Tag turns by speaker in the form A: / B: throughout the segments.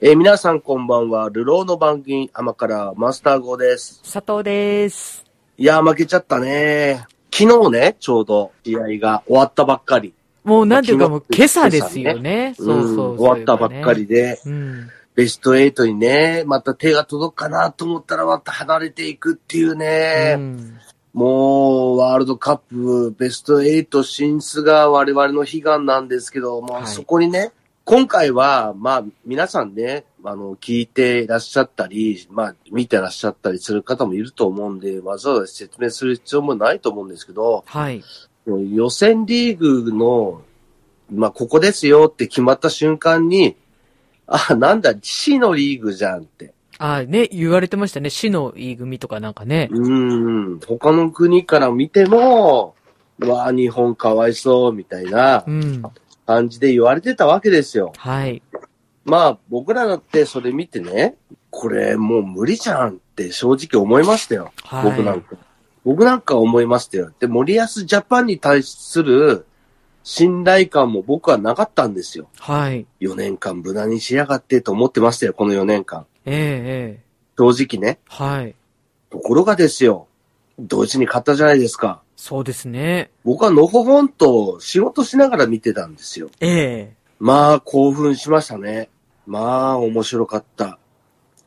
A: えー皆さんこんばんは。流浪の番組、甘からマスター号です。
B: 佐藤です。
A: いやー、負けちゃったね。昨日ね、ちょうど試合が終わったばっかり。
B: もうなんていうかもう
A: 昨日
B: 今朝ですよね。そうそう
A: うん終わったばっかり。で、
B: そういえばねうん。
A: ベスト8にね、また手が届くかなと思ったらまた離れていくっていうね。
B: うん
A: もう、ワールドカップベスト8進出が我々の悲願なんですけど、ま
B: は
A: あ
B: い
A: そこにね、今回は、まあ皆さんね、あの、聞いていらっしゃったり、まあ見てらっしゃったりする方もいると思うんで、わざわざ説明する必要もないと思うんですけど、
B: はい。
A: 予選リーグの、まあここですよって決まった瞬間に、あ、なんだ、C のリーグじゃんって。
B: あね、言われてましたね。死の E 組とかなんかね。
A: うん、他の国から見ても、うわあ、日本かわいそう、みたいな
B: うん。
A: 感じで言われてたわけですよ。
B: はい。
A: まあ、僕らだってそれ見てね、これもう無理じゃんって正直思いましたよ。
B: はい。
A: 僕なんか。僕なんか思いましたよ。で、森保ジャパンに対する信頼感も僕はなかったんですよ。
B: はい。
A: 4年間無駄にしやがってと思ってましたよ、この4年間。
B: ええええ
A: 正直ね。
B: はい。
A: ところがですよ、ドイツに勝ったじゃないですか。
B: そうですね。
A: 僕はのほほんと仕事しながら見てたんですよ。
B: ええ
A: まあ興奮しましたね。まあ面白かった。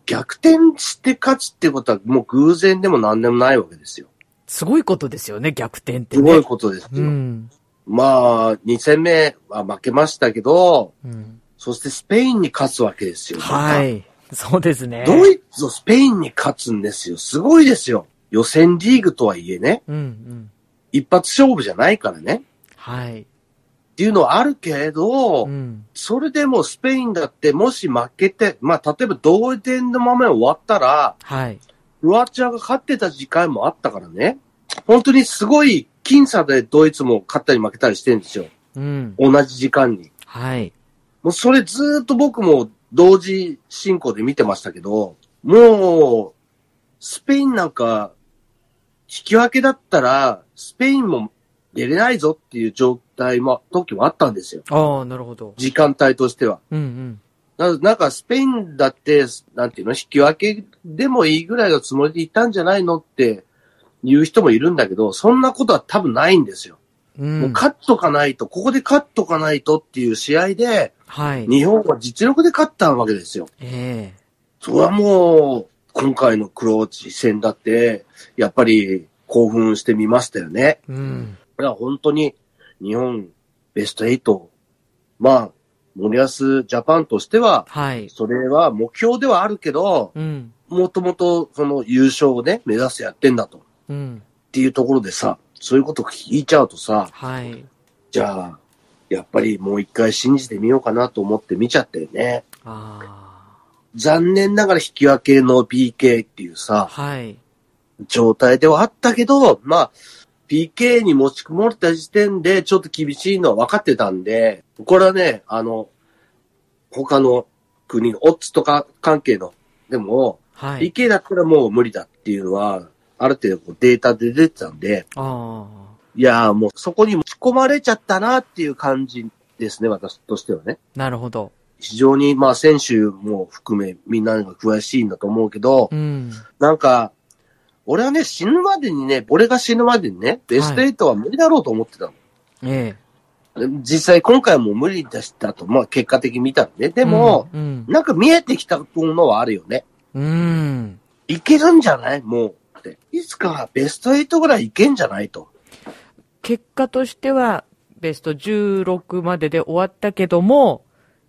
A: 逆転して勝つってことはもう偶然でも何でもないわけですよ。
B: すごいことですよね、逆転って
A: す
B: ね。
A: ごいことですよ。
B: うん。
A: まあ2戦目は負けましたけど、
B: うん。
A: そしてスペインに勝つわけですよ。
B: はい。そうですね。
A: ドイツとスペインに勝つんですよ。すごいですよ。予選リーグとはいえね、
B: うんうん。
A: 一発勝負じゃないからね。
B: はい。
A: っていうのはあるけれど、
B: うん。
A: それでもスペインだって、もし負けて、まあ、例えば同点のまま終わったら、
B: はい。
A: クロアチアが勝ってた時間もあったからね。本当にすごい僅差でドイツも勝ったり負けたりしてるんですよ。
B: うん。
A: 同じ時間に。
B: はい。
A: もうそれずーっと僕も同時進行で見てましたけど、もう、スペインなんか、引き分けだったら、スペインも出れないぞっていう状態も、時もあったんですよ。
B: ああ、なるほど。
A: 時間帯としては。
B: うんうん。
A: ななんかスペインだって、なんていうの、引き分けでもいいぐらいのつもりでいたんじゃないのって言う人もいるんだけど、そんなことは多分ないんですよ。
B: う。
A: もうん勝っとかないと、ここで勝っとかないとっていう試合で、
B: はい。
A: 日本は実力で勝ったわけですよ。
B: ええ
A: それはもう、今回のクローチ戦だって、やっぱり興奮してみましたよね。
B: うん。
A: これは本当に日本ベスト8、まあ、森保ジャパンとしては、
B: はい。
A: それは目標ではあるけど、
B: うん。
A: もともとその優勝をね、目指してやってんだと。っ
B: うん。
A: ていうところでさ、そういうこと聞いちゃうとさ、
B: はい。
A: じゃあ、やっぱりもう一回信じてみようかなと思って見ちゃったよね。
B: あ
A: 残念ながら引き分けの PK っていう
B: あ。
A: さ、
B: はい。
A: 状態ではあったけど、まあ、PK に持ち込まれた時点でちょっと厳しいのは分かってたんで、これはね、あの、他の国のオッズとか関係の、でも、
B: はい。
A: PK だったらもう無理だっていうのは、ある程度こうデータで出てたんで、
B: ああ。
A: いやーもうそこに持ち込まれちゃったなっていう感じですね、私としてはね。
B: なるほど。
A: 非常にまあ選手も含めみんなが詳しいんだと思うけど、
B: うん。
A: なんか、俺はね、死ぬまでにね、俺が死ぬまでにね、ベスト8は無理だろうと思ってたの。
B: ええ
A: 実際今回も無理でしたと、まあ結果的に見たんで、でも、、
B: うん。
A: なんか見えてきたものはあるよね。
B: うん。
A: いけるんじゃないもうって。いつかベスト8ぐらいいけんじゃないと。
B: 結果としては、ベスト16までで終わったけども、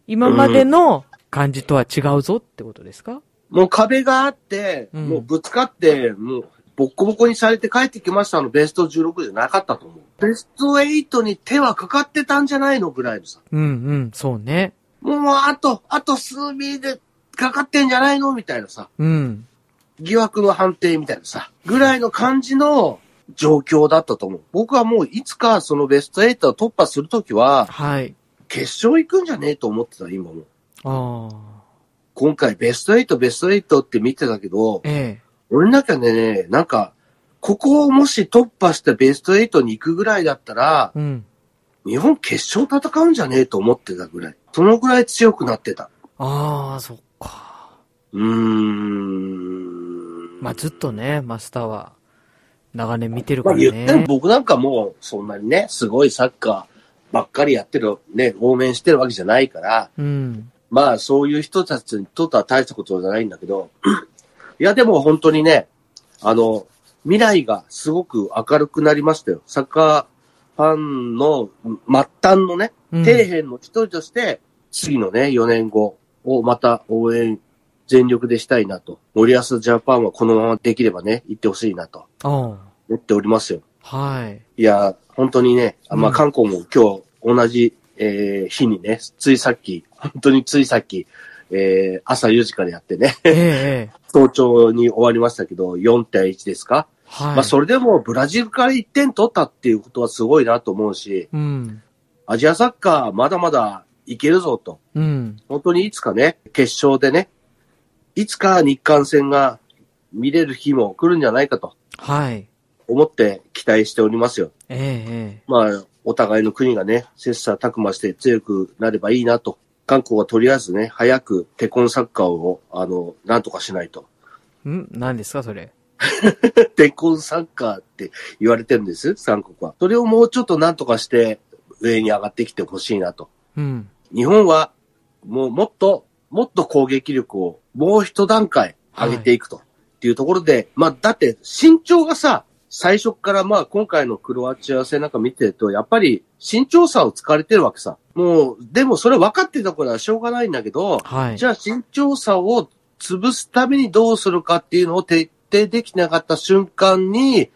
B: 今までの感じとは違うぞってことですか
A: もう壁があって、
B: うん
A: もうぶつかって、もうボッコボコにされて帰ってきましたのベスト16じゃなかったと思う。ベスト8に手はかかってたんじゃないのぐらいのさ。
B: うんうん。そうね。
A: もうあと、あと数ミリでかかってんじゃないのみたいなさ。
B: うん。
A: 疑惑の判定みたいなさ。ぐらいの感じの状況だったと思う。僕はもういつかそのベスト8を突破するときは、
B: はい。
A: 決勝行くんじゃねえと思ってた、今も。
B: ああ。
A: 今回ベスト8、ベスト8って見てたけど、
B: ええ
A: 俺の中でね、なんか、ここをもし突破してベスト8に行くぐらいだったら、
B: うん。
A: 日本決勝戦うんじゃねえと思ってたぐらい。そのぐらい強くなってた。
B: ああ、そっか。
A: うーん。
B: まあ、ずっとね、マスターは、長年見てるか
A: まあ
B: ら
A: 言っても
B: ね。
A: 僕なんかもうそんなにね、すごいサッカーばっかりやってる、ね、応援してるわけじゃないから、
B: うん。
A: まあそういう人たちにとっては大したことじゃないんだけど、 いやでも本当にね、あの、未来がすごく明るくなりましたよ。サッカーファンの末端のね、
B: うん。
A: 底辺の一人として、次のね、4年後をまた応援、全力でしたいなと。森保ジャパンはこのままできればね、行ってほしいなと
B: うん。
A: 思っておりますよ。
B: はい。
A: いや、本当にね、あまあ、
B: うん
A: 韓国も今日同じ、えー日にね、ついさっき、本当についさっき、えー朝4時からやってね、
B: ええええ。
A: 早朝に終わりましたけど、4対1ですか、
B: はい。
A: まあ、それでもブラジルから1点取ったっていうことはすごいなと思うし、
B: うん。
A: アジアサッカーまだまだいけるぞと。
B: うん。
A: 本当にいつかね、決勝でね、いつか日韓戦が見れる日も来るんじゃないかと
B: はい。
A: 思って期待しておりますよ。
B: ええええ。
A: まあ、お互いの国がね、切磋琢磨して強くなればいいなと。韓国はとりあえずね、早くテコンサッカーを、あの、なんとかしないと。
B: ん何ですか、それ。
A: テコンサッカーって言われてるんです、韓国は。それをもうちょっとなんとかして、上に上がってきてほしいなと。
B: うん。
A: 日本は、もうもっと、もっと攻撃力をもう一段階上げていくと。っていうところで、まあ、だって身長がさ、最初からまあ今回のクロアチア戦なんか見てると、やっぱり身長差を使われてるわけさ。もう、でもそれ分かってたからはしょうがないんだけど、
B: はい
A: じ。ゃあ身長差を潰すためにどうするかっていうのを徹底できなかった瞬間に、い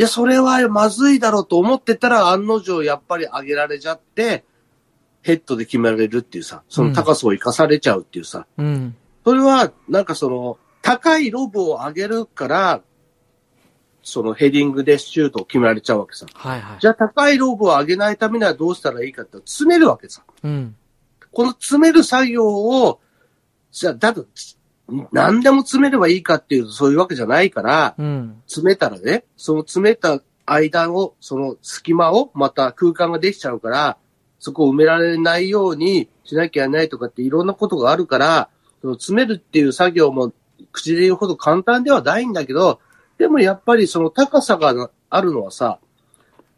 A: や、それはまずいだろうと思ってたら案の定やっぱり上げられちゃって、ヘッドで決められるっていうさ、その高さを生かされちゃうっていうさ、
B: うん。
A: それはなんかその高いロブを上げるから、そのヘディングでシュートを決められちゃうわけさ。
B: はいはい。
A: じゃあ高いロブを上げないためにはどうしたらいいかって詰めるわけさ。
B: うん。
A: この詰める作業を、じゃあ、だと、つ何でも詰めればいいかっていうとそういうわけじゃないから、
B: うん。
A: 詰めたらね、その詰めた間を、その隙間を、また空間ができちゃうから、そこを埋められないようにしなきゃいけないとかっていろんなことがあるから、その詰めるっていう作業も口で言うほど簡単ではないんだけど、でもやっぱりその高さがあるのはさ、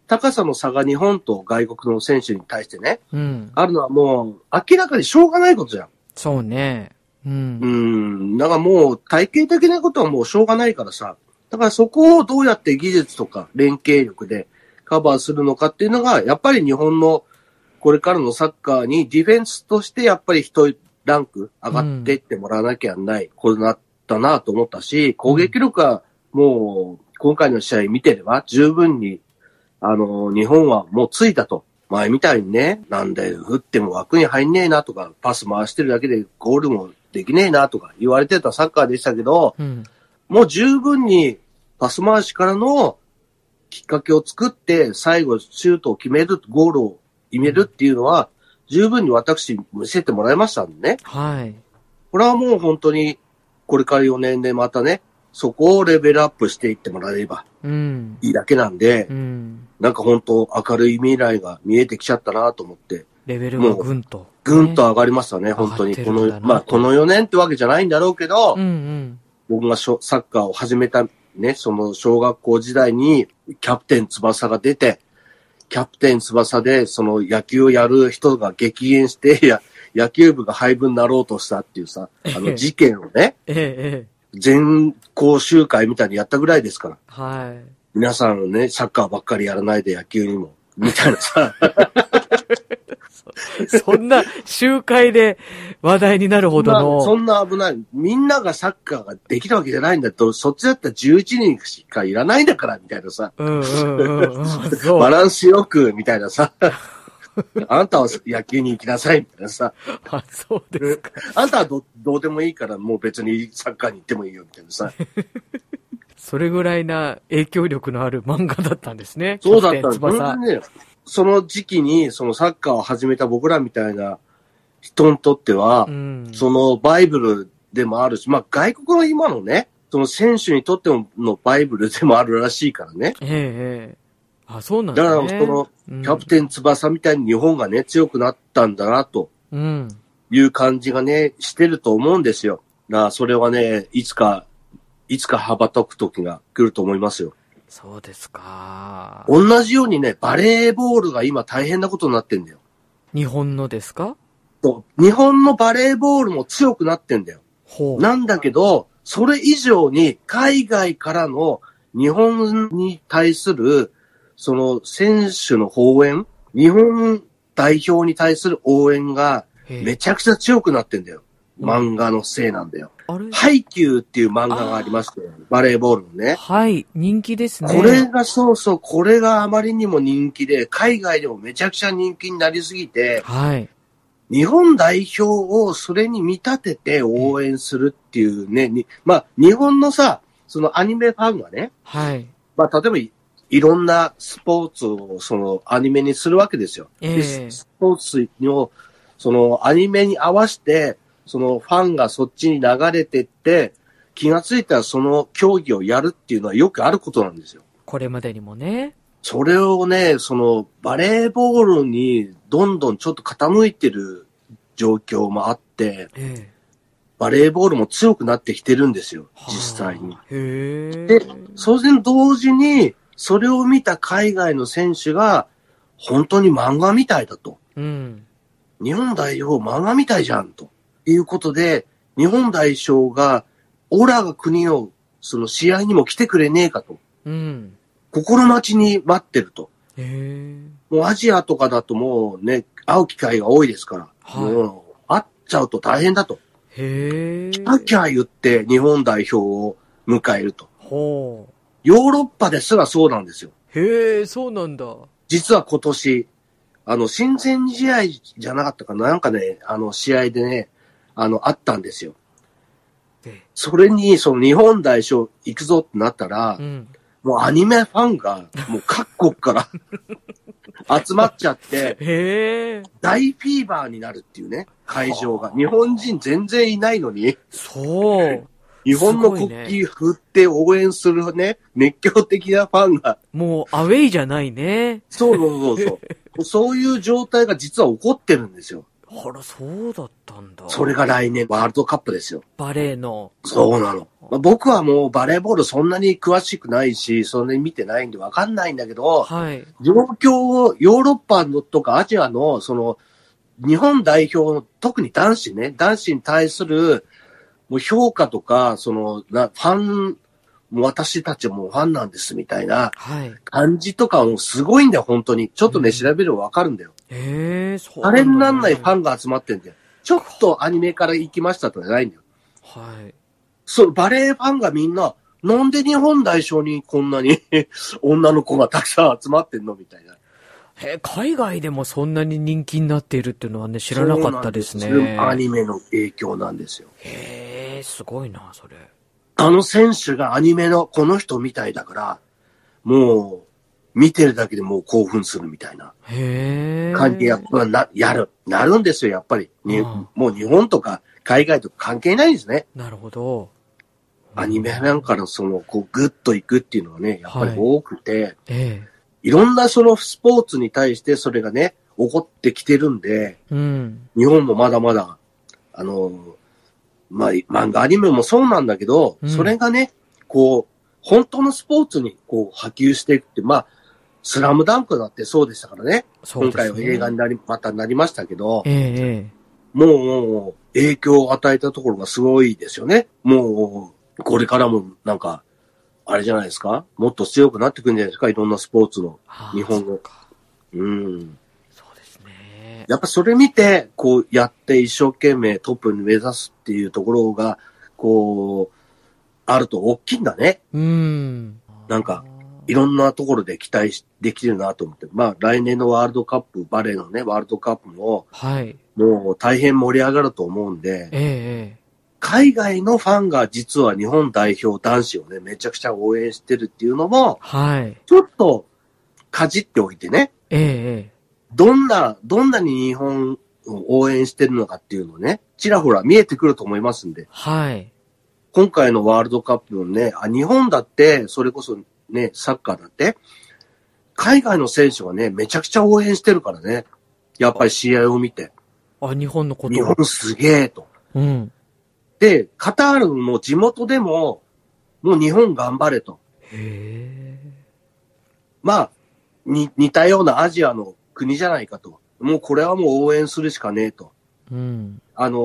A: 高さの差が日本と外国の選手に対してね、
B: うん。
A: あるのはもう明らかにしょうがないことじゃん。
B: そうね。うん
A: う。ん。だからもう体系的なことはもうしょうがないからさ。だからそこをどうやって技術とか連携力でカバーするのかっていうのが、やっぱり日本のこれからのサッカーにディフェンスとしてやっぱり一ランク上がってってもらわなきゃないことだったなと思ったし、攻撃力はもう今回の試合見てれば十分にあの、日本はもうついたと。前みたいにね、なんで打っても枠に入んねえなとか、パス回してるだけでゴールもできねえなとか言われてたサッカーでしたけど、
B: うん。
A: もう十分にパス回しからのきっかけを作って、最後シュートを決める、ゴールを決めるっていうのは、十分に私見せてもらいましたんでね。
B: はい。
A: これはもう本当に、これから4年でまたね、そこをレベルアップしていってもらえれば
B: うん。
A: いいだけなんで
B: う、ん。
A: なんか本当明るい未来が見えてきちゃったなと思って、
B: レベルがぐんと。
A: ぐんと上がりましたね、本当に。
B: 上
A: こ
B: がってるんだ
A: の、
B: な
A: まあこの4年ってわけじゃないんだろうけど、
B: うんうん。
A: 僕がしょサッカーを始めたね、その小学校時代にキャプテン翼が出て、キャプテン翼でその野球をやる人が激減して、や野球部が廃部になろうとしたっていうさ、あの事件をね、
B: ええええ。
A: 全校集会みたいにやったぐらいですから。
B: はい。
A: 皆さんね、サッカーばっかりやらないで野球にも、みたいなさ、
B: そんな集会で話題になるほど
A: まあ
B: の。
A: そんな危ない。みんながサッカーができるわけじゃないんだと、そっちだったら11人しかいらないんだから、みたいなさ。
B: うんうんうんうん。
A: バ
B: そう。
A: ランスよく、みたいなさ。 あんたは野球に行きなさい、みたいなさ。
B: あ、そうですか。
A: あんたはどどうでもいいから、もう別にサッカーに行ってもいいよ、みたい なさ。
B: それぐらいな影響力のある漫画だったんですね。
A: そうだったん
B: キャプ
A: です。
B: テン
A: 本当
B: 翼。
A: にね、その時期に、そのサッカーを始めた僕らみたいな人にとっては、
B: うん。
A: そのバイブルでもあるし、まあ外国の今のね、その選手にとってのバイブルでもあるらしいからね。
B: ええええ。あ、そうなんだ、ね。
A: だからその
B: うん、
A: キャプテン翼みたいに日本がね、強くなったんだなと。
B: うん。
A: いう感じがね、してると思うんですよ。なあ、それはね、いつか、いつか羽ばたく時が来ると思いますよ。
B: そうですか。
A: 同じようにね、バレーボールが今大変なことになってんだよ。
B: 日本のですか
A: そう日本のバレーボールも強くなってんだよ。
B: ほう。
A: なんだけど、それ以上に海外からの日本に対する、その選手の応援、日本代表に対する応援が
B: へ
A: め
B: え
A: ちゃくちゃ強くなってんだよ。
B: うん
A: 漫画のせいなんだよ。
B: あれ
A: ハイキューっていう漫画がありまして、バレーボールのね。
B: はい、人気ですね。
A: これがそうそう、これがあまりにも人気で、海外でもめちゃくちゃ人気になりすぎて、
B: はい。
A: 日本代表をそれに見立てて応援するっていうね、にまあ、日本のさ、そのアニメファンがね、
B: はい。
A: まあ、例えばいいろんなスポーツをそのアニメにするわけですよ。
B: え
A: で
B: え
A: スポーツの、そのアニメに合わせて、そのファンがそっちに流れてって、気がついたらその競技をやるっていうのはよくあることなんですよ。
B: これまでにもね。
A: それをね、そのバレーボールにどんどんちょっと傾いてる状況もあって、
B: ええ
A: バレーボールも強くなってきてるんですよ、
B: はあ
A: 実際に。。
B: へえ。
A: でそれに同時に、それを見た海外の選手が、本当に漫画みたいだと。
B: うん。
A: 日本代表漫画みたいじゃん、ということで、日本代表が、オラが国を、その試合にも来てくれねえかと。
B: うん。
A: 心待ちに待ってると。
B: へえ。
A: もうアジアとかだともうね、会う機会が多いですから、
B: はい
A: もう会っちゃうと大変だと。
B: へえ。
A: キャーキャー言って日本代表を迎えると。
B: ほう。
A: ヨーロッパですらそうなんですよ。
B: へえ、そうなんだ。
A: 実は今年、あの、親善試合じゃなかったかな、なんかね、あの、試合でね、あの、あったんですよ。
B: え
A: それに、その日本代表行くぞってなったら、
B: うん。
A: もうアニメファンが、もう各国から 集まっちゃって、
B: へえ。
A: 大フィーバーになるっていうね、会場が
B: は。あ
A: 日本人全然いないのに、
B: そう。
A: 日本の
B: すごい
A: 国
B: ね
A: 旗振って応援するね、熱狂的なファンが、
B: もう、アウェイじゃないね。
A: そうそうそうそう、そういう状態が実は起こってるんですよ。
B: あら、そうだったんだ。
A: それが来年ワールドカップですよ。
B: バレエの。
A: そうなの。まあ僕はもうバレーボールそんなに詳しくないし、そんなに見てないんでわかんないんだけど、
B: はい。
A: 状況をヨーロッパのとかアジアの、その、日本代表の、特に男子ね、男子に対する、もう評価とか、その、なファン、もう私たちもファンなんですみたいな
B: はい。
A: 感じとかはもうすごいんだよ、本当に。ちょっとね、
B: うん
A: 調べればわかるんだよ。
B: へえ、そう
A: あれになんないフ
B: ン。
A: ァンが集まってんだよ。ちょっとアニメから行きましたとかじゃないんだよ。
B: はい。
A: そのバレーファンがみんな、なんで日本代表にこんなに 女の子がたくさん集まってんのみたいな。
B: へえ海外でもそんなに人気になっているっていうのはね、知らなかったですね。
A: そうなんですそれもアニメの影響なんですよ。
B: へえ、すごいな、それ。
A: あの選手がアニメのこの人みたいだから、もう、見てるだけでもう興奮するみたいな
B: へえ。
A: 感じやっぱな、やる、なるんですよ、やっぱり。に
B: うん
A: もう日本とか海外とか関係ないですね。
B: なるほど。
A: アニメなんかのその、こう、グッと行くっていうのはね、やっぱり多くて、
B: え
A: いろんなそのスポーツに対してそれがね、起こってきてるんで、
B: え。うん。
A: 日本もまだまだ、あの、まあ、漫画アニメもそうなんだけど、
B: うん
A: それがね、こう、本当のスポーツにこう波及していくって、まあ、スラムダンクだってそうでしたからね。
B: そう
A: 今
B: ですね。
A: 回は映画になり、またなりましたけど、
B: えええ
A: もうもう影響を与えたところがすごいですよね。もう、これからもなんか、あれじゃないですかもっと強くなってくるんじゃないですかいろんなスポーツの。
B: え。
A: 日本
B: ああ
A: 語
B: そうか
A: うん。
B: そうですね。
A: やっぱそれ見て、こうやって一生懸命トップに目指すっていうところが、こう、あると大きいんだね。
B: うん。
A: なんか、いろんなところで期待しできるなと思って。まあ来年のワールドカップ、バレーのね、ワールドカップも、
B: はい。
A: もう大変盛り上がると思うん
B: え
A: で、
B: えええ。
A: 海外のファンが実は日本代表男子をね、めちゃくちゃ応援してるっていうのも、
B: はい。
A: ちょっとかじっておいてね、
B: えええ
A: どんな、どんなに日本を応援してるのかっていうのね、ちらほら見えてくると思いますんで
B: え。、はい。
A: 今回のワールドカップのね、あ、日本だって、それこそね、サッカーだって、海外の選手がね、めちゃくちゃ応援してるからね。やっぱり試合を見て。
B: あ、日本のこ
A: 日
B: と。
A: 本すげえと。
B: うん。
A: で、カタールも地元でも、もう日本頑張れと。
B: へえ。
A: まあ、に、似たようなアジアの国じゃないかと。もうこれはもう応援するしかねえと。
B: うん。
A: あの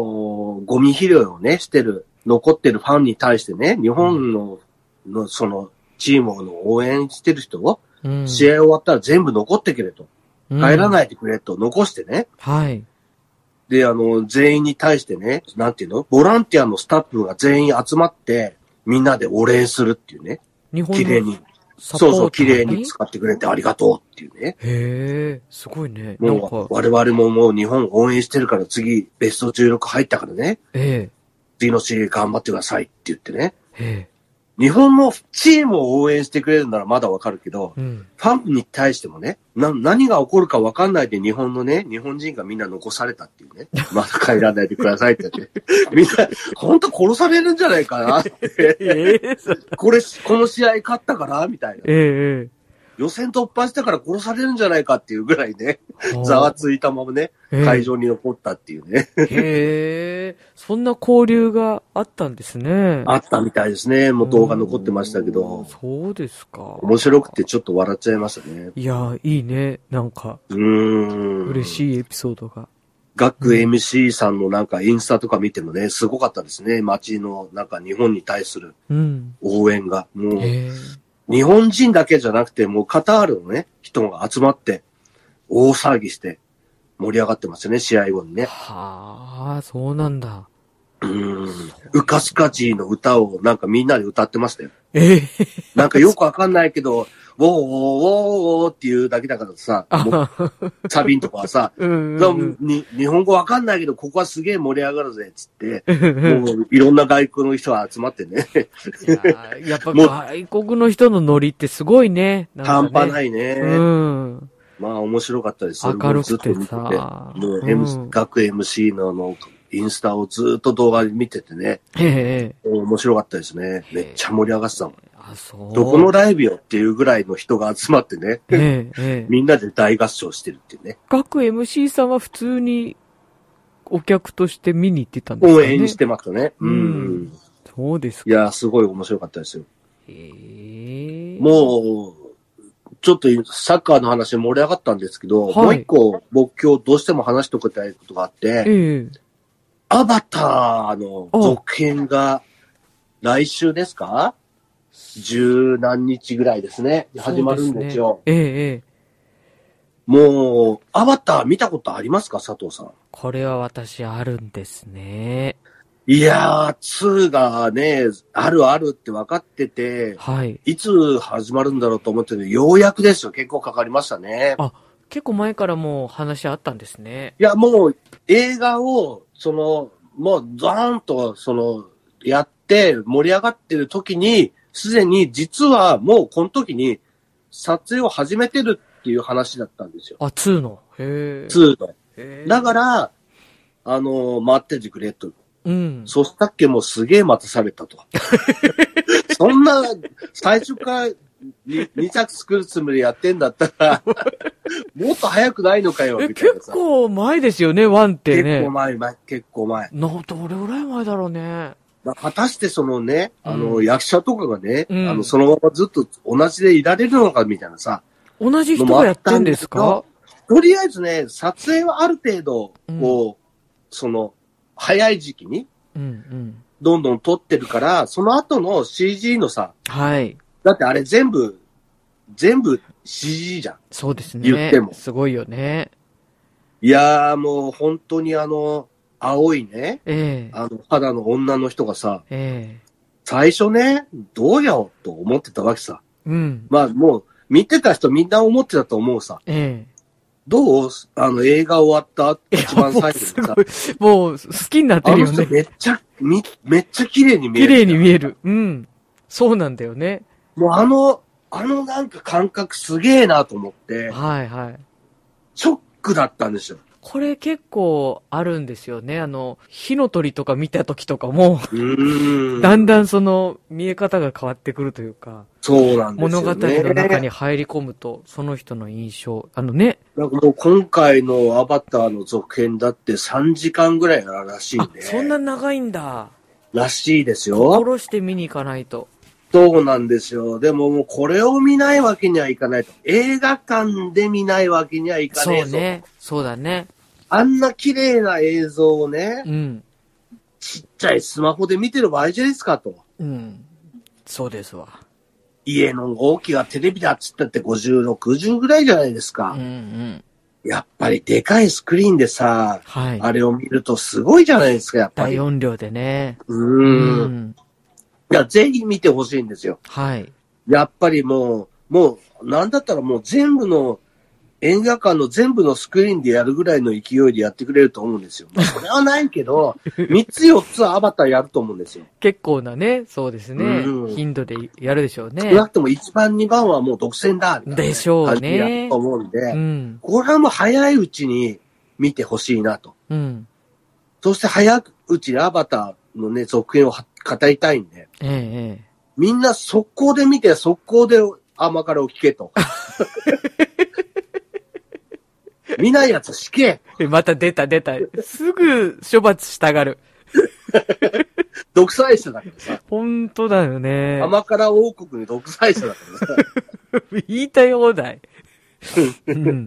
A: ーゴミ拾いをね、してる、残ってるファンに対してね、日本の、の、その、チームの応援してる人を、
B: うん。
A: 試合終わったら全部残ってくれと。帰ら
B: い。
A: ないでくれと、残してね。
B: はい。
A: で、あの、全員に対してね、なんていうのボランティアのスタッフが全員集まって、みんなでお礼するっていうね。
B: 日本
A: 綺麗に、
B: サポ
A: そ
B: ー
A: う
B: ト
A: そう、綺麗に使ってくれてありがとうっていうね。
B: へえ、すごいね。な
A: も
B: んか
A: う、、我々ももう日本応援してるから次、ベスト16入ったからね、
B: え
A: 次の試合頑張ってくださいって言ってね。
B: え、え
A: 日本のチームを応援してくれるならまだわかるけど
B: え、、 うん。
A: ファンに対してもね、な、何が起こるかわかんないで日本のね、日本人がみんな残されたっていうね。まだ帰らないでくださいって 言って。みんな、ほんと殺されるんじゃないかなって。
B: ええ、
A: これ、この試合勝ったからみたいな。
B: え
A: 予選突破したから殺されるんじゃないかっていうぐらいね、
B: え。
A: ざわついたままね、
B: ええ
A: 会。場に残ったっていうね。
B: へえ、そんな交流があったんですね。
A: あったみたいですね。もう動画残ってましたけ
B: うん
A: ど。
B: そうですか。面
A: 面白くて。ちょっと笑っちゃいましたね。
B: いや、いいね。なんか、
A: うーん。
B: 嬉
A: い。
B: しいエピソードが。
A: 学 MC さんのなんかインスタとか見てもね、すごかったですね。街のなんか日本に対する
B: うん。
A: 応援が。もう、
B: ええ。
A: 日本人だけじゃなくて、もうカタールのね、人が集まって、大騒ぎして、盛り上がってますよね、試合後にね。
B: はあ、そうなんだ。
A: うーん。ウカスカジーの歌をなんかみんなで歌ってましたよ。
B: ええ。
A: なんかよくわかんないけど、ウォーウォーウォーウォーっていうだけだからさ、もう
B: あ
A: サビンとかはさ、
B: うん。
A: だに日本語わかんないけど、ここはすげえ盛り上がるぜ、つって、
B: うん
A: もういろんな外国の人が集まっ てね、
B: いやーやっぱ
A: もう
B: 外国の人のノリってすごいね。。
A: 半端ないいね。
B: うん。
A: まあ面白かったです。
B: 明るくて
A: もうずっと見て
B: さ。
A: て、もう、
B: うん
A: M 学 MC のあの、インスタをずっと動画で見ててね、
B: ええ。
A: 面白かったですね。めっちゃ盛り上がってたもん。
B: あ、そう。
A: どこのライブよっていうぐらいの人が集まってね、
B: ええ、ええ。
A: みんなで大合唱してるっていうね。
B: 各 MC さんは普通にお客として見に行ってたんですか
A: 応
B: ね。
A: 援してましたね。う
B: うん
A: ん。
B: そうですか。
A: いや、すごい面白かったですよ。
B: ええ。う。
A: もう、ちょっとサッカーの話盛り上がったんですけど、
B: はい
A: もう一個僕今日どうしても話しておきたいことがあって、
B: ええ。
A: アバターの続編が来週ですか十何日ぐらいですね。始まるんですよ。
B: ええ、ええ。
A: もう、アバター見たことありますか佐藤さん。
B: これは私あるんですね。
A: いやー、2がね、あるあるって分かってて、
B: はい。
A: いつ始まるんだろうと思ってて、ようやくですよ。結構かかりましたね。
B: 結構前からもう話あったんですね。
A: いや、もう映画を、その、もうザーンと、その、やって盛り上がってる時に、すでに実はもうこの時に撮影を始めてるっていう話だったんですよ。
B: あ、2の。へえ。
A: 2の。
B: へえ
A: だか、ら、あの待っててくれと。
B: うん。
A: そしたっけもうすげえ待たされたと。 そんな、最初から2着作るつもりでやってんだったら、もっと早くないのかよ、
B: え、
A: みたいな
B: 結
A: さ。
B: 構前ですよね、ワンって
A: 結
B: ね
A: 構。前、前結構前。
B: な、どれぐらい前だろうね。
A: まあ、果たしてそのね、あ
B: う
A: の、
B: ん
A: 役者とかがね、
B: うん
A: あの、そのままずっと同じでいられるのかみたいなさ、
B: 同じ人がやってんですか
A: とりあえずね、撮影はある程度、こう、その、早い時期に、
B: うんうん。
A: どんどん撮ってるから、その後の CG のさ、
B: はい。
A: だってあれ全部、全部 CG じゃん。
B: そうですね。
A: 言っても
B: すごいよね。
A: いやーもう本当にあの、青いね、
B: ええ
A: あの、肌の女の人がさ、
B: え
A: 最初ね、どうやろうと思ってたわけさ。
B: えうん。
A: まあもう、見てた人みんな思ってたと思うさ。
B: え
A: どうあの、映画終わった
B: え。
A: 一番
B: いやも
A: 最
B: う
A: 後
B: す
A: にさ
B: ご。い。もう、好きになって
A: あ
B: る
A: の
B: よ
A: 人
B: ね。
A: めっちゃ、み、めっちゃ綺麗に見え
B: 綺
A: る。
B: 麗に見える。うん。そうなんだよね。
A: もうあの、あのなんか感覚すげえなと思って、
B: はいはい。
A: ショックだったんですよ。
B: これ結構あるんですよね。あの、火の鳥とか見た時とかも、
A: うーん。
B: だんだんその見え方が変わってくるというか、
A: そうなんです
B: 物
A: よ、ね。
B: 語の中に入り込むと、その人の印象、あのね、
A: なんかもう今回のアバターの続編だって3時間ぐらいあるらしい
B: あ
A: ん、で。
B: そんな長いんだ。
A: らしいですよ。
B: 心して見に行かないと。
A: そうなんですよ。でももうこれを見ないわけにはいかないと。映画館で見ないわけにはいか
B: そ
A: ねえ
B: う
A: ぞ。
B: ね。そうだね。
A: あんな綺麗な映像をね、
B: うん。
A: ちっちゃいスマホで見てる場合じゃないですかと。
B: うん。そうですわ。
A: 家の大きなテレビだっつったって50、60ぐらいじゃないで
B: う
A: す
B: ん
A: か
B: う。ん。
A: やっぱりでかいスクリーンでさ、
B: はい。
A: あれを見るとすごいじゃないですか、やっぱ
B: 大
A: り。
B: 音量でね。
A: う。
B: うん
A: い。や、ぜひ見てほしいんですよ。
B: はい。
A: やっぱりもう、もう、なんだったらもう全部の、映画館の全部のスクリーンでやるぐらいの勢いでやってくれると思うんですよ。まあ、それはないけど、3つ4つアバターやると思うんですよ。
B: 結構なね、そうですね
A: う。ん
B: 頻度でやるでしょう
A: 少
B: ね。
A: なくとも1番、2番はもう独占だ、みたいな
B: でしょうね
A: 感じでやると思うん
B: う
A: で、
B: ん。
A: これはもう早いうちに見てほしいなと。
B: うん。
A: そして早いうちにアバターのね、続編をは語りたいんで、
B: ええええ。
A: みんな速攻で見て、速攻で甘辛を聞 けと。見ないやつ死け
B: えまた出た出た。すぐ処罰したがる。
A: 独裁者だからさ。
B: 本当だよね。
A: 甘辛王国に独裁者だからさ。
B: 言いたい放題。うん。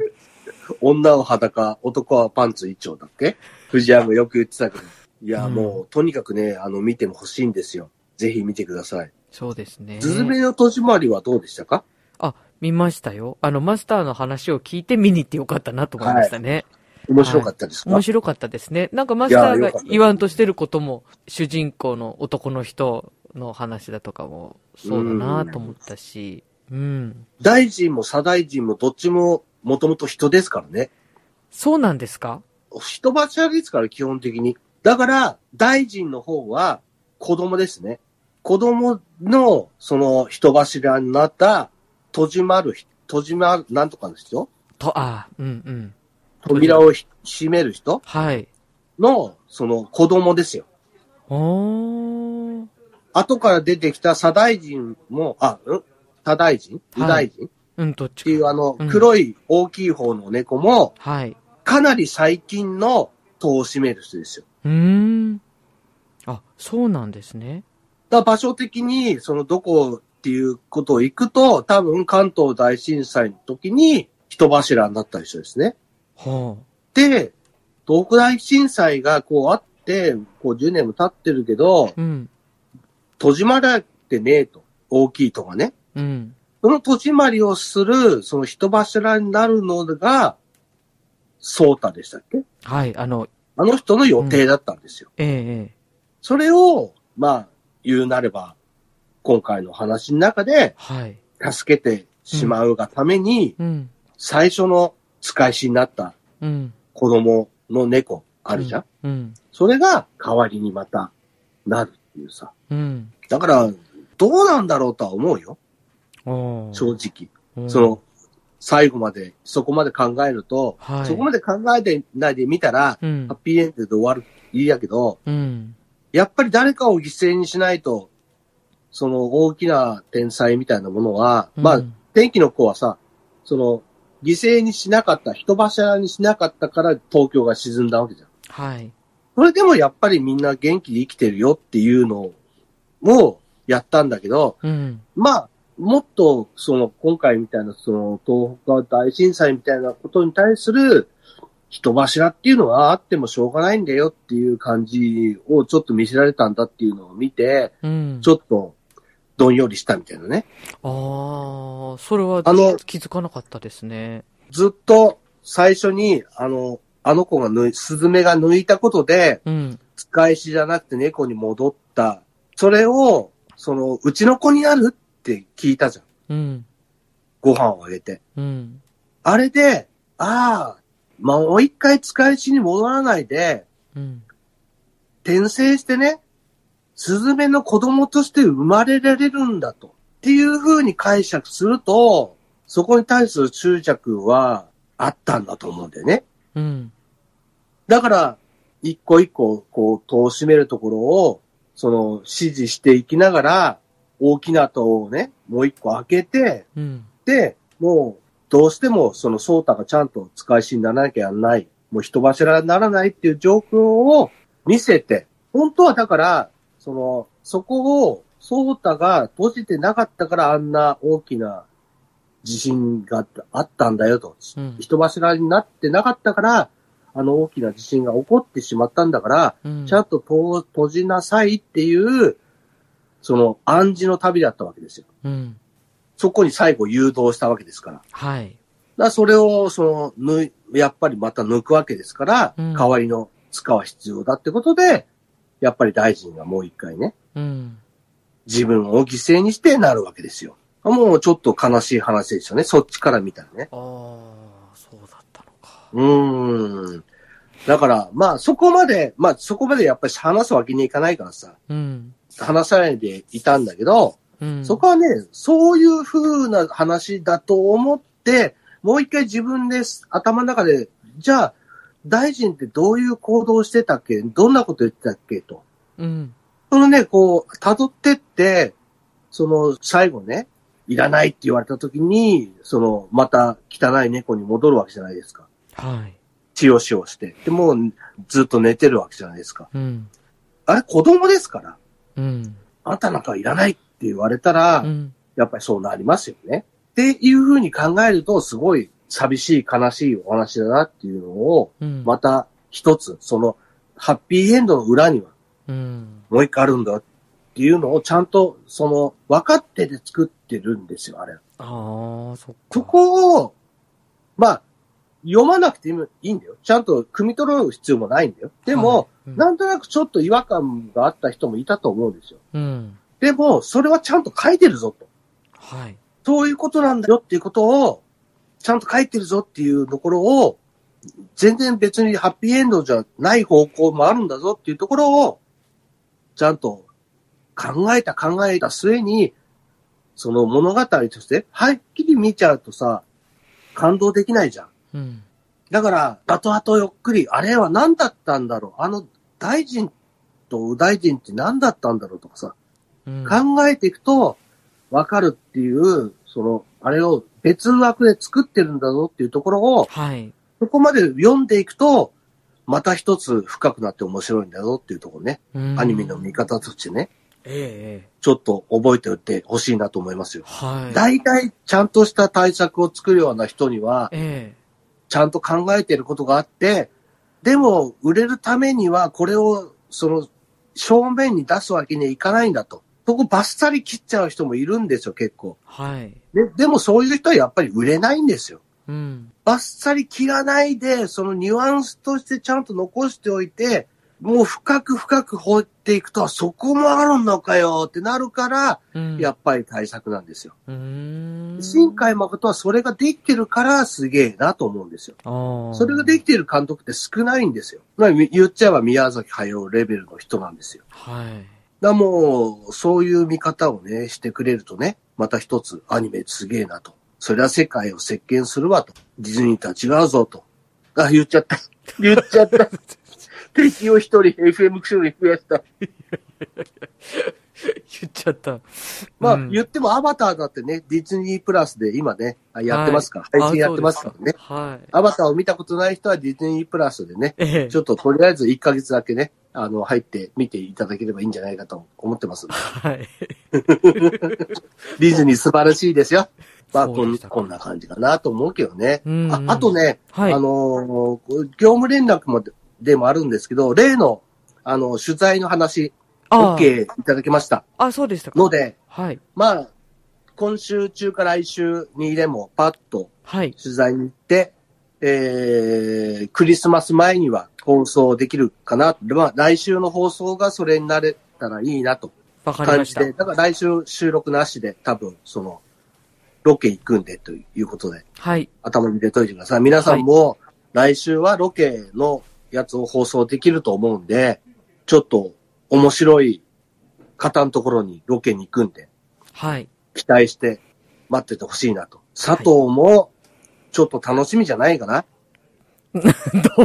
A: 女は裸、男はパンツ一丁だっけ藤山よく言ってたけど。いや、
B: うん
A: もう、とにかくね、あの、見ても欲しいんですよ。ぜひ見てください。
B: そうですね。
A: ズズメの戸締まりはどうでしたか
B: あ、見ましたよ。あの、マスターの話を聞いて見に行ってよかったなと思いましたね。
A: 面白かったですか、
B: 面白かったですね。なんかマスタ
A: いや
B: ー
A: よ
B: が
A: かった
B: 言わんとしてることも、主人公の男の人の話だとかも、そうだなと思ったし、うん。
A: 大臣も左大臣もどっちも、もともと人ですからね。
B: そうなんですか
A: 人柱ですから、基本的に。だから、大臣の方は子供ですね。子供の、その、人柱になった、閉じまる人、閉じまる、なんとかの人
B: と、あ、うんうん。
A: 扉をひ閉める人
B: はい。
A: の、その、子供ですよ。
B: おー。
A: 後から出てきた左大臣も、あ、うん左大臣右
B: はい
A: 大臣、っ
B: うん、どっち
A: ていう
B: か。
A: あの
B: うん、
A: 黒い大きい方の猫も、
B: はい。
A: かなり最近の戸を閉める人ですよ。
B: うーん。あ、そうなんですね。
A: だから場所的に、そのどこっていうことを行くと、多分関東大震災の時に人柱になった人ですね。
B: は
A: で、東北大震災がこうあって、こう10年も経ってるけど、
B: あ。うん。
A: 閉じまらってねえと。大きいとかね。
B: うん。
A: その戸締まりをする、その人柱になるのが、ソータでしたっけ
B: はい、あの、
A: あの人の予定だったんですよ。
B: ええええ
A: それを、まあ、言うなれば、今回の話の中で、
B: はい。
A: 助けてしまうがために、
B: うん。
A: 最初の使い死になった
B: うん。
A: 子供の猫あるじゃん、
B: うん。
A: それが代わりにまたなるっていうさ。
B: うん。
A: だから、どうなんだろうとは思うよ、
B: おー
A: 正直。
B: うん
A: その、最後まで、そこまで考えると、
B: はい。
A: そこまで考えてないで見たら、
B: うん
A: ハッ。ピーエンドで終わる、いいやけど、
B: うん。
A: やっぱり誰かを犠牲にしないと、その大きな天才みたいなものは、ま
B: う
A: あ
B: ん、
A: 天気の子はさ、その、犠牲にしなかった、人柱にしなかったから東京が沈んだわけじゃん。
B: はい。
A: それでもやっぱりみんな元気で生きてるよっていうのをやったんだけど、
B: うん。
A: まあ、もっと、その、今回みたいな、その、東北大震災みたいなことに対する、人柱っていうのはあってもしょうがないんだよっていう感じをちょっと見せられたんだっていうのを見て、
B: うん。
A: ちょっと、どんよりしたみたいなね。
B: ああ、それは
A: あの
B: 気づかなかったですね。
A: ずっと、最初に、あの、あの子がぬい、スズメが抜いたことで、
B: うん。
A: 使い死じゃなくて猫に戻った。それを、その、うちの子になるって聞いたじゃん。
B: うん。
A: ご飯をあげて。
B: うん。
A: あれで、ああ、まあ、もう一回使い地に戻らないで、
B: うん。
A: 転生してね、スズメの子供として生まれられるんだと。っていう風に解釈すると、そこに対する執着はあったんだと思うんだよね。
B: うん。
A: だから、一個一個、こう、戸を閉めるところを、その、指示していきながら、大きな戸をね、もう一個開けて、
B: うん。
A: で、もう、どうしても、その、ソータがちゃんと使い死にならなきゃならない、もう人柱にならないっていう状況を見せて、本当はだから、その、そこを、ソータが閉じてなかったから、あんな大きな地震があったんだよと。
B: うん。
A: 人柱になってなかったから、あの大きな地震が起こってしまったんだから、
B: うん
A: ちゃんと戸を閉じなさいっていう、その暗示の旅だったわけですよ。
B: うん。
A: そこに最後誘導したわけですから。だか
B: はい。
A: らそれを、その、ぬい、やっぱりまた抜くわけですから、
B: うん
A: 代わりの塚は必要だってことで、やっぱり大臣がもう一回ね、
B: うん。
A: 自分を犠牲にしてなるわけですよ。もうちょっと悲しい話ですよね。そっちから見たらね。
B: ああ、そうだったのか。
A: うーん。だから、まあそこまで、まあそこまでやっぱり話すわけにいかないからさ、
B: うん。
A: 話さないでいたんだけど、
B: うん。
A: そこはね、そういう風な話だと思って、もう一回自分です、頭の中で、じゃあ、大臣ってどういう行動してたっけどんなこと言ってたっけと。
B: うん。
A: そのね、こう、辿ってって、その、最後ね、いらないって言われた時に、その、また汚い猫に戻るわけじゃないですか。
B: はい。
A: 血をしをして。で、もうずっと寝てるわけじゃないですか。
B: うん。
A: あれ、子供ですから。
B: うん。
A: あんたなんかいらないって言われたら、
B: うん。
A: やっぱりそうなりますよね。っていうふうに考えると、すごい寂しい、悲しいお話だなっていうのを、
B: うん。
A: また一つ、その、ハッピーエンドの裏には、
B: うん。
A: もう一回あるんだっていうのをちゃんと、その、分かってて作ってるんですよ、あれ。
B: ああ、そっか。
A: そこを、まあ、読まなくてもいいんだよ。ちゃんと汲み取る必要もないんだよ。でも、
B: はい、
A: なんとなくちょっと違和感があった人もいたと思うんですよ。
B: うん、うん。
A: でも、それはちゃんと書いてるぞと。
B: はい。
A: そういうことなんだよっていうことを、ちゃんと書いてるぞっていうところを、全然別にハッピーエンドじゃない方向もあるんだぞっていうところを、ちゃんと考えた考えた末に、その物語として、はっきり見ちゃうとさ、感動できないじゃん。
B: うん。
A: だから、後々ゆっくり、あれは何だったんだろうあの、大臣と右大臣って何だったんだろうとかさ、
B: うん。
A: 考えていくと、わかるっていう、その、あれを別枠で作ってるんだぞっていうところを、
B: はい。
A: そこまで読んでいくと、また一つ深くなって面白いんだぞっていうところね、
B: うん
A: アニメの見。方としてね、
B: ええええ
A: ちょっと覚えておいてほしいなと思いますよ。
B: はい。
A: 大体、ちゃんとした対策を作るような人には、
B: え
A: ちゃんと考えてることがあって、でも、売れるためには、これを、その、正面に出すわけにはいかないんだと。そこバッサリ切っちゃう人もいるんですよ、結構。
B: えはい。
A: ででも、そういう人はやっぱり売れないんですよ。
B: うん。
A: バッサリ切らないで、そのニュアンスとしてちゃんと残しておいて、もう深く深く掘っていくと、そこもあるのかよってなるから、
B: うん。
A: やっ、ぱり対策なんですよ。
B: うーん。
A: 新海誠はそれができてるからすげえなと思うんですよ。
B: ああ。
A: それができている監督って少ないんですよ。まあ、言っちゃえば宮崎駿レベルの人なんですよ。
B: はい。
A: だからもう、そういう見方をね、してくれるとね、また一つアニメすげえなと。そりゃ世界を席巻するわと。ディズニーとは違うぞと。あ、言っち ゃった。言っちゃった。敵を一人 FM クに増やした。
B: 言っちゃった。
A: まあ、
B: うん
A: 言ってもアバターだってね、ディズニープラスで今ね、あやってますから、配信やってますから
B: あ
A: ね。
B: そうですかはい。
A: アバターを見たことない人はディズニープラスでね、
B: ええ
A: ちょっととりあえず1ヶ月だけね、あの、入って見ていただければいいんじゃないかと思ってます。
B: はい。
A: ディズニー素晴らしいですよ。まあ、こ
B: そうで
A: ん
B: したか
A: こんな感じかなと思うけどね。
B: うん
A: ああと、ね、
B: はい。
A: あのー業務連絡もででもあるんですけど、例の、あの、取材の話、
B: あー
A: OK いただきました
B: あ、そうでしたか。
A: ので、
B: はい。
A: まあ、今週中から来週にでもパッと
B: はい。
A: 取材に行って、えー、クリスマス前には放送できるかな。まあ、来週の放送がそれになれたらいいなと
B: わかり
A: 感
B: まし
A: じ
B: た。
A: で、だから来週収録なしで多分その、ロケ行くんでということで、
B: はい。
A: 頭に入れといてください。皆さんも来週はロケのやつを放送できると思うんで、ちょっと面白い方のところにロケに行くんで、
B: はい。
A: 期待して待っててほしいなと。佐藤も、ちょっと楽しみじゃないかな。
B: ど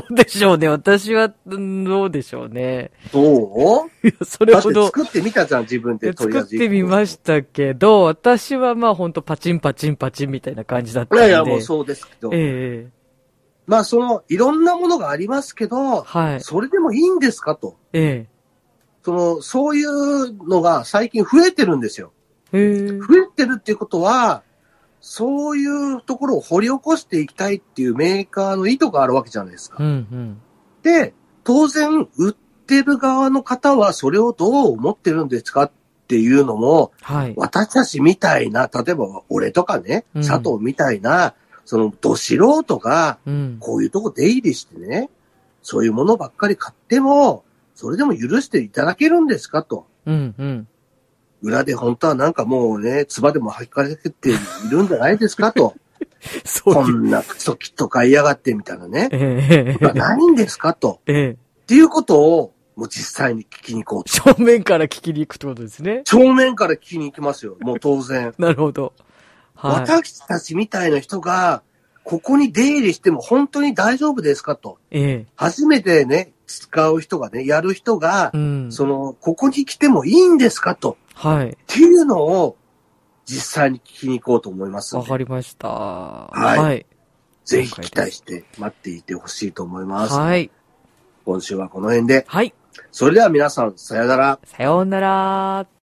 B: うでしょうね。私は、うんどうでしょうね。
A: どう
B: いやそれ
A: だって
B: ほど。
A: 作ってみたじゃん、自分
B: で
A: で。とりあ
B: 作
A: え
B: っ
A: ず
B: てみましたけど、私はまあ本当パチンパチンパチンみたいな感じだった
A: い
B: んで。
A: やいや、もうそうですけど。
B: ええ
A: まあ、その、いろんなものがありますけど、
B: はい。
A: それでもいいんですかと。
B: え
A: その、そういうのが最近増えてるんですよ。
B: えへえ
A: 増えてるっていうことは、そういうところを掘り起こしていきたいっていうメーカーの意図があるわけじゃないです
B: う。
A: か
B: ん
A: で、当然、売ってる側の方はそれをどう思ってるんですかっていうのも、
B: うん。はい。
A: 私たちみたいな、例えば俺とかね、
B: うん
A: 佐藤みたいな、その、ど素人が、
B: うん。
A: こういうとこ出入りしてね、そういうものばっかり買っても、それでも許していただけるんですかと。
B: うんうん。
A: 裏で本当はなんかもうね、唾でも吐かれているんじゃないですか と。
B: そ
A: こ
B: ういう。
A: んなクソキット買いやがってみたいなね。
B: ええ
A: ことはないんですかと。
B: ええ
A: っていうことを、もう実際に聞きに行こうと。
B: 正面から聞きに行くってことですね。
A: 正面から聞きに行きますよ。もう当然。
B: なるほど。はい。
A: 私たちみたいな人が、ここに出入りしても本当に大丈夫ですかと。
B: ええ
A: 初めてね、使う人がね、やる人が、
B: うん。
A: その、ここに来てもいいんですかと。
B: はい。
A: っていうのを、実際に聞きに行こうと思いますん
B: わ
A: で。
B: かりました。
A: い
B: はい。
A: ぜひ期待して待っていてほしいと思います。
B: はい。
A: 今週はこの辺で。
B: はい。
A: それでは皆さん、さよなら。
B: さようなら。